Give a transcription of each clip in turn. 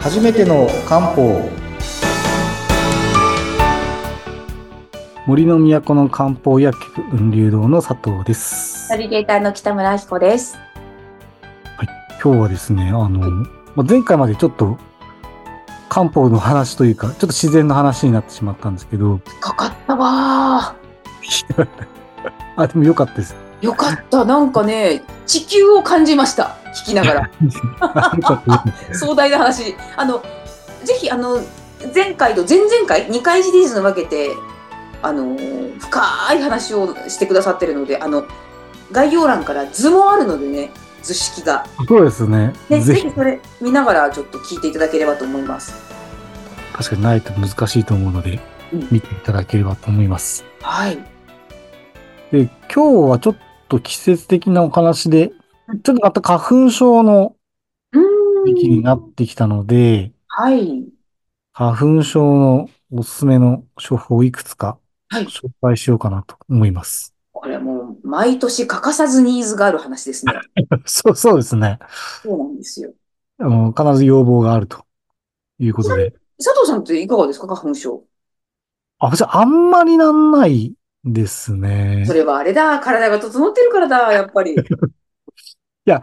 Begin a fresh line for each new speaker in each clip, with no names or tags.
初めての漢方森の都の漢方薬局雲流堂の佐藤です
ナビゲーターの北村明子です。
今日はですねあの、まあ前回までちょっと漢方の話というかちょっと自然の話になってしまったんですけど
かかったわ
あでも良かったです
ー。よかった。なんかね、地球を感じました。聞きな がら。
あ良かったですね
壮大な話。あの、ぜひ、あの、前回と前々回、2回シリーズに分けて、あのー、深い話をしてくださってるので、あの、概要欄から図もあるのでね、図式が。
そうですねぜ
ね、ぜ
ひ
ひそれ見ながらちょっと聞いていただければと思います。
確かにないと難しいと思うので
うん
見ていただければと思います
はい。
で今日はちょっと季節的なお話でちょっとまた花粉症の
う
時期に
ーん。
なってきたので、
はい。
花粉症のおすすめの処方をいくつか
はい
紹介しようかなと思います。
これはもう、毎年欠かさずニーズがある話ですね。
そう、そうですね。
そうなんですよ。
あの、必ず要望があるということで。
佐藤さんっていかがですか、花粉症。
あ、私あんまりなんないですね
そ。れはあれだ、体が整ってるからだ、やっぱり。
いや、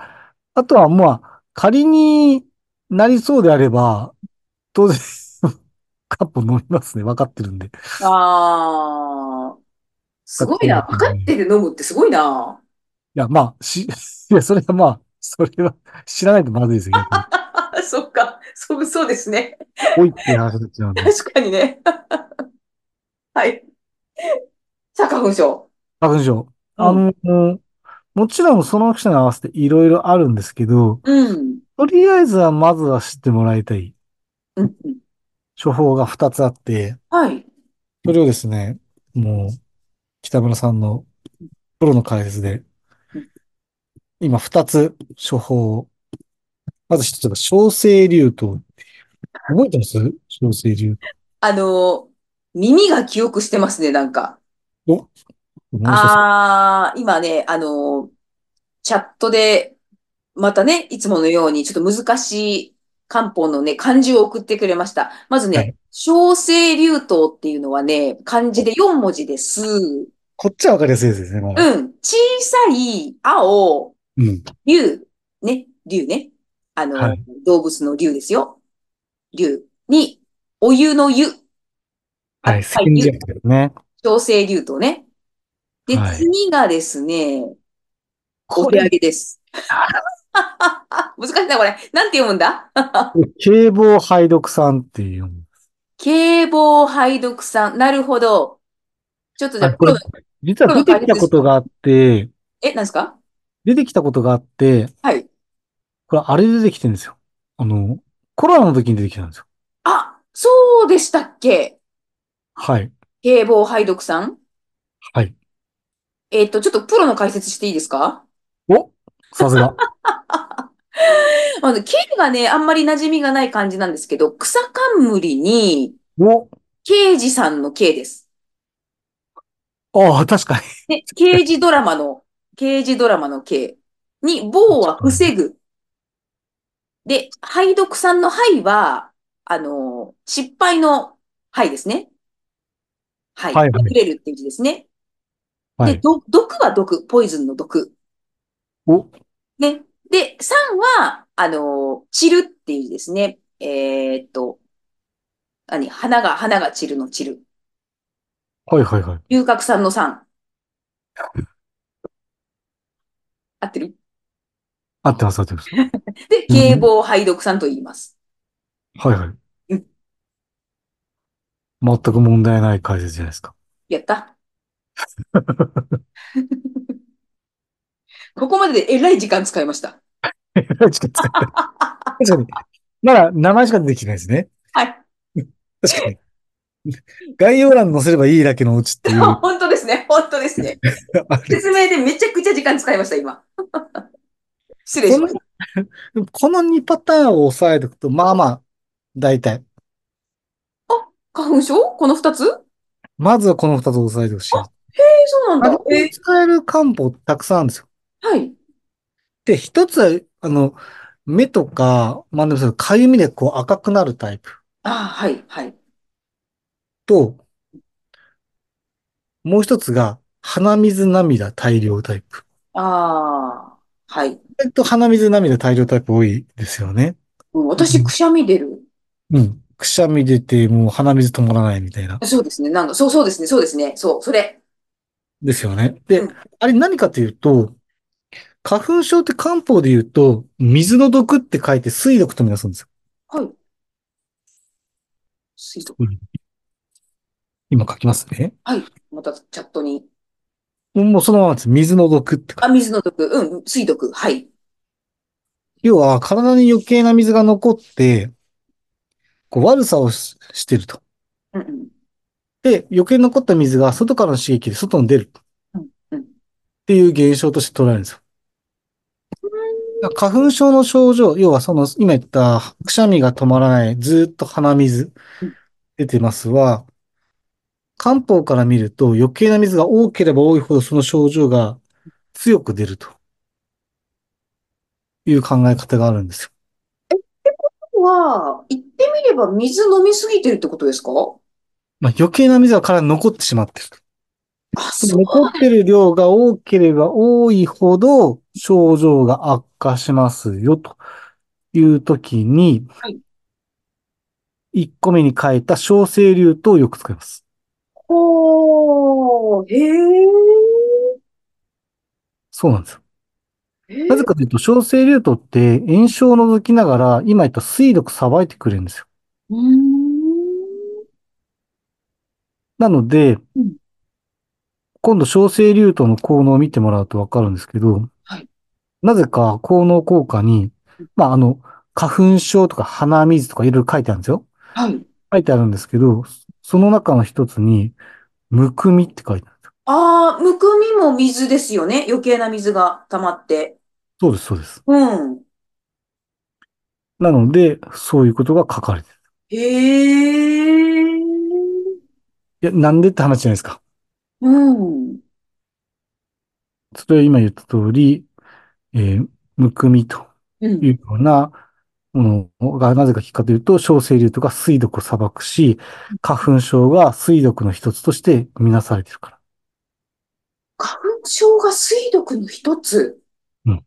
あとはまあ、仮になりそうであれば、当然、 カップ飲みますね。わかってるんで。
あー。すごいな。分かってて飲むってすごいな。
いや、まあ、し、 いや、それはまあ、それは知らないとまずいですよ。逆に
そっか。そう、そうですね。
多いっていう話になっちゃうんで。
確かにね。 はい。さあ、花粉症。
花粉症。
うん
あの、もちろんそのアクションに合わせていろいろあるんですけど、
うん。
とりあえずはまずは知ってもらいたい
うんうん。
処方が2つあって、
はい。
それをですね、もう、北村さんのプロの解説で
うん、
今2つ処方を。まず一つが小生竜頭っていう。覚えてます小生竜
あの、耳が記憶してますね、なんか。
頭。もう一つ
あー、今ね、あの、チャットで、またね、いつものように、ちょっと難しい漢方のね、漢字を送ってくれました。まず
は
ね
い、
小生竜頭っていうのはね、漢字で4文字です。うん。
こっちはわかりやすいですね。もう
小さい、青、
うん。
竜、ね、竜ね。あの、
はい
動物の竜ですよ。竜に、お湯の湯、
はい、
はい
先じゃですね。
小生竜頭ね。で、
はい
次がですね、お
こ
手
れ
上げです。 難しいな、これ。なんて読むんだ
警棒拝読さんっていう。
警棒拝読さん。なるほど。ちょっとじゃあ、
あこれ
プロ
実は出てきたことがあって、
え、なんですか
出てきたことがあって、
はい。
これあれで出てきてるんですよ。あの、コロナの時に出てきたんですよ。
あ、そうでしたっけ
はい。
警棒拝読さん。
はい。
えっと、ちょっとプロの解説していいですか
おさすが。
あの、刑がね、あんまり馴染みがない感じなんですけど、草冠に、
お
刑事さんの刑です。
ああ、確かに。
ね、刑事ドラマの、刑事ドラマの刑に、棒は防ぐ。で、敗読さんの敗は、あのー失敗の敗ですね。はい。
はいはい
隠れるっていう字ですね。
は
で、
い。
ど毒は毒、ポイズンの毒。
お
ね。で、酸は、あのー散るっていう字ですね。えーっと、何花が、花が散るの散る。
はいはいはい。
龍角散の酸。合ってる
合ってます合ってます。
で、警棒拝読さんと言います。
はいはい。
うん
全く問題ない解説じゃないですか。
やった ここまででえらい時間使いました。
ちょっと 使った。確かに。まだ名前しか出てきてないですね。
はい。
確かに。概要欄に載せればいいだけのうちっていう。あ
本当ですね。本当ですね。
れ
説明でめちゃくちゃ時間使いました、今。 失礼
こ
しました。
の、この2パターンを押さえておくと、まあまあ、大体。
花粉症この二つえー、
まずはこの2つを押さえてほしい。
そうな
あ
ん
の
だ。えー
使える漢方たくさんあるんですよ。
はい。
で、一つは、あの、目とか、まあでもそのかゆみでこう赤くなるタイプ
ああ、はい、はい。
と、もう一つが、鼻水涙大量タイプ。
ああ、はい。
えっと、鼻水涙大量タイプ多いですよね。
うん
う
私、く
ん。
しゃみ出る。
うんくしゃみ出て、もう鼻水止まらないみたいな。
そうですね。なんか、そうそうですね。そうですね。そう、それ。
ですよね。
う
で、
ん。
あれ何かというと、花粉症って漢方で言うと、水の毒って書いて水毒とみなすんですよ。
はい。水道。
うん今書きますね。
はい。また、チャットに。
もうそのままです。水の毒って書
あ、
いて。
水の毒。うん、水毒。はい。
要は、体に余計な水が残って、こう悪さをし、してると。
うん、
で、余計に残った水が外からの刺激で外に出るっ
うん、うん。
ていう現象として捉えるんですよ。だから花粉症の症状、要はその、今言ったくしゃみが止まらない、ずーっと鼻水
うん
出てますは、漢方から見ると余計な水が多ければ多いほどその症状が強く出るという考え方があるんですよ。
は、言ってみれば水飲みすぎてるってことですか
まあ、余計な水が体に残ってしまってると。
あ、
その
そう
残ってる量が多ければ多いほど症状が悪化しますよという時に、
はい。
1個目に書いた小生流湯をよく使います。
ほー、へー、
そうなんですよ。
へ
なぜ
ー、
かというと、小生流湯って炎症を除きながら、今言った水毒さばいてくれるんですよ。
うーん、
なので、
うん
今度小生流湯の効能を見てもらうとわかるんですけど、
はい。
なぜか効能効果に、まあ、あの、花粉症とか鼻水とかいろいろ書いてあるんですよ。
はい。
書いてあるんですけど、その中の一つに、むくみって書いてあるんですよ。
ああ、むくみも水ですよね。余計な水が溜まって。
そうです、そうです。
うん。
なので、そういうことが書かれてる。
へえ。
いや、なんでって話じゃないですか。
うん。
それは今言った通り、えーむくみと
う
い
ん。
うようなものがなぜか効くかというと、小生流とか水毒を裁くし、花粉症が水毒の一つとして見なされてるか
花粉症が水毒の一つ。
ら。うん
は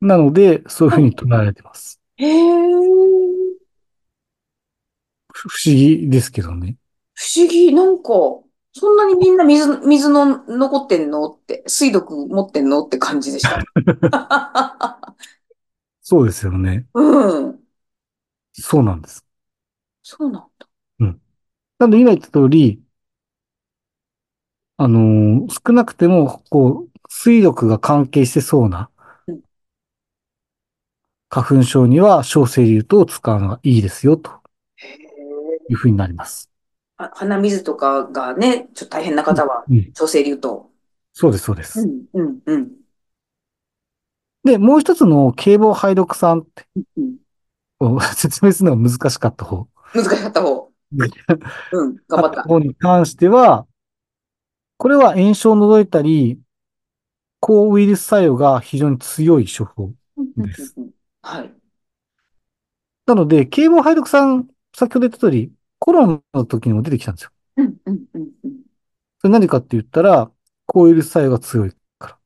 なので、そういう
あ。
ふうに捉えられてます。
へえ。
ふ不思議ですけどね。
不思議。なんか、そんなにみんな水、水の残ってんのって、水毒持ってんのって感じでした。
そうですよね。
うん。
そうなんです。
そうなんだ。
うんなので、今言った通り、あのー少なくても、こう、水毒が関係してそうな
うん
花粉症には小生流湯を使うのがいいですよ、と
へ
いう
え。
ふうになります。
あ鼻水とかがね、ちょっと大変な
うん
方は、
うん
調整流と。
そうです、そうで
う
す。
ん、うん、うん。
で、もう一つの警棒排毒酸って
うん
こう 説明するのが難しかった方。
難しかった方。うん、頑
あ
張
っ
ったた。
方に関しては、これは炎症を除いたり、抗ウイルス作用が非常に強い処方
うんうん
で
うん
す。
うんはい。
なので、警棒排毒酸、先ほど言った通り、コロナの時にも出てきたんですよ。
うんうんうんうん。
それ何かって言ったら、抗ウイルス作用が強いか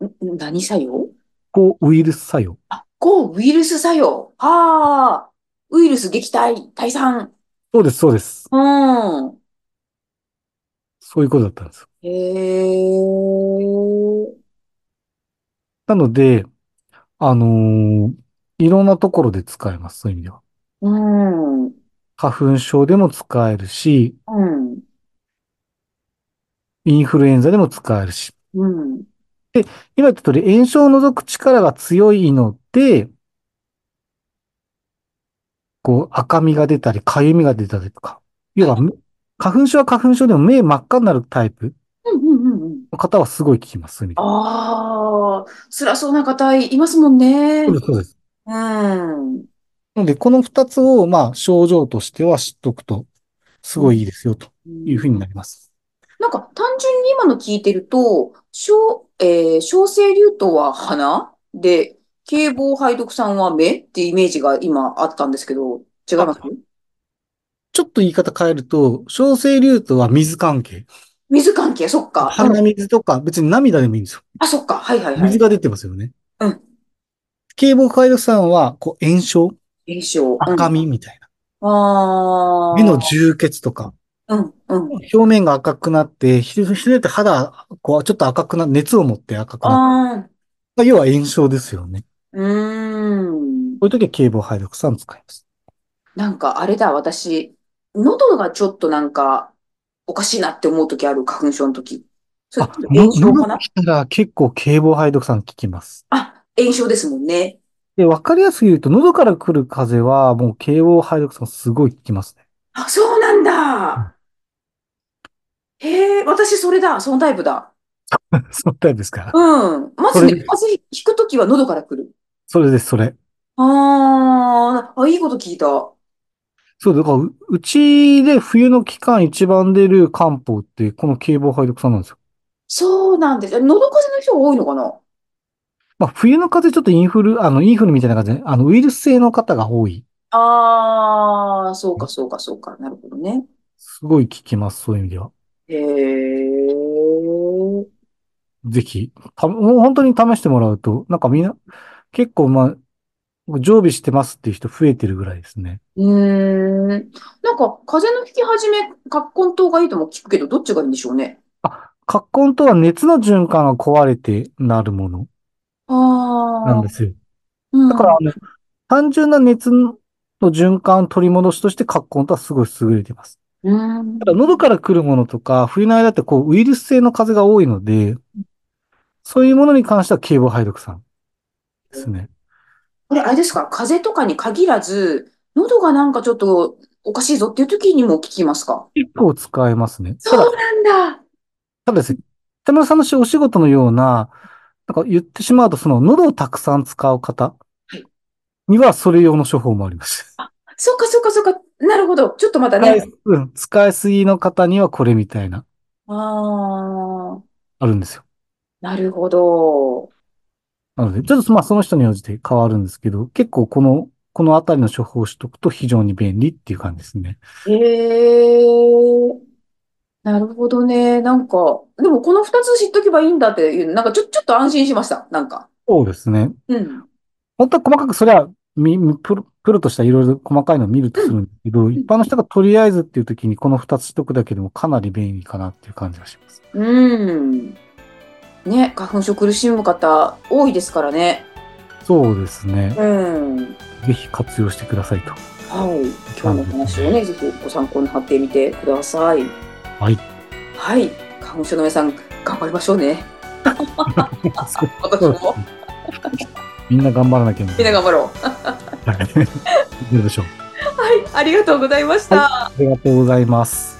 ら。
んん何作用
抗ウイルス作用。
あ、抗ウイルス作用。ああ、ウイルス撃退、退散。
そうです、そうです。
うん。
そういうことだったんですよ。
へえ。
なので、あのーいろんなところで使えます、そういう意味では。
うん。う
花粉症でも使えるし、
ん。
インフルエンザでも使えるし。
うん。
今言った通り、炎症を除く力が強いので、こう、赤みが出たり、痒みが出たりとか。要
はい。
は、む花粉症は花粉症でも目真っ赤になるタイプ
うんうんうんうん。
の方はすごい効きます、そういう意味では。
ああ、辛そうな方いますもんね。
そうです、そうです。
うん。
なので、この二つを、まあ、症状としては知っとくと、す
う
ご
ん。
いいいですよ、と
う
いうふうんになります。
なんか単純に今の聞いてると、小、えー小生竜頭は鼻で、警棒背読さんは目ってイメージが今あったんですけど、違います
あ、ちょっと言い方変えると、小生竜とは水関係。
水関係、そっか。うん。
鼻水とか、別に涙でもいいんですよ。
あ、そっか。はいはいは
水
い。
が出てますよね。
うん。
警棒解読さんは、こう、炎症、
炎症。う
赤
ん。
みみたいな。目の
ああ。
充血とか、
うん、うん。
表面が赤くなって、ひひねって肌、こう、ちょっと赤くな、熱を持って赤くなっ
ああ。
た。要は炎症ですよね。
うー
こ
ん。
ういう時は警棒解読さん使います。
なんかあれだ、私、喉がちょっとなんか、おかしいなって思うときある、花粉症のとき。それ、
あ、
炎
の、
症
喉
か
が
な
来たら結構警棒解読さん効きます。
あ、炎症ですもんね。
で、わかりやすく言うと、喉から来る風邪は、もう、慶応配毒さんすごい効きますね。
あ、そうなん
うん
だ。へえ、私それだ、そのタイプだ。
そのタイプですか
うん。ま
そ
ずね、
れ、
まず引くときは喉から来る。
それです、それ。
あーあ、いいこと聞いた。う
そう、だからう、うちで冬の期間一番出る漢方って、この慶応配毒さんなんですよ。
そうなんです。え喉風邪の人が多いのかな
まあ、冬の風邪ちょっとインフル、あの、インフルみたいな感じで、あの、ウイルス性の方が多い。
ああー、そうか、そうか、そうか。なるほどね。
すごい効きます、そういう意味では。
へえ。
ぜひ、た、もう本当に試してもらうと、なんかみんな、結構、まあ、常備してますっていう人増えてるぐらいですね。
うーん。なんか、風邪の引き始め、葛根湯がいいとも聞くけど、どっちがいいんでしょうね。
あ、葛根とは熱の循環が壊れてなるものなん
ああ、
ですよ。
う
だから、あ
ん。
の、単純な熱の循環取り戻しとして葛根とはすごい優れています。
う
ただ、
ん。
喉から来るものとか、冬の間ってこう、ウイルス性の風が多いので、そういうものに関しては警棒配毒さんですね。
これ、あれですか、風邪とかに限らず、喉がなんかちょっとおかしいぞっていう時にも効きますか
結構使えますね。た
そう
だ、
なんだ。
ただですね、田村さんのお仕事のような、なんか言ってしまうと、その喉をたくさん使う方
はい
にはそれ用の処方もあります。
あ、そっかそっかそっか。なるほど。ちょっとまた
使い、
ね。
うん、使いすぎの方にはこれみたいな、
ああ、
あるんですよ。
なるほど。
なので、ちょっとまあその人に応じて変わるんですけど、結構この、このあたりの処方をしとくと非常に便利っていう感じですね。
ええ、なるほどね。なんか、でもこの二つ知っとけばいいんだっていう、なんかちょ、ちょっと安心しました。なんか。
そうですね。
うん。
本当は細かくそれは、み、みプロ、プロとしてはいろいろ細かいのを見ると
う
する
ん
んですけど、
う
一
ん
般の人がとりあえずっていう時にこの2つしとくだけでもかなり便利かなっていう感じがします。
うん。ね、花粉症苦しむ方多いですからね。
そうですね。
うん。
ぜひ活用してくださいと
はい。
いう
今日
感
のお
じです
話を
ね。
ね、ぜひご参考に貼ってみてください。
はい。
はい。花粉症の皆さん、頑張りましょうね。
そう
私
そうです
も。
ね。みんな頑張らなきゃいけ
みん
な。
ない頑張ろう。
はい。どうでしょう。
はい。ありがとうございまし
はい。
た。
ありがとうございます。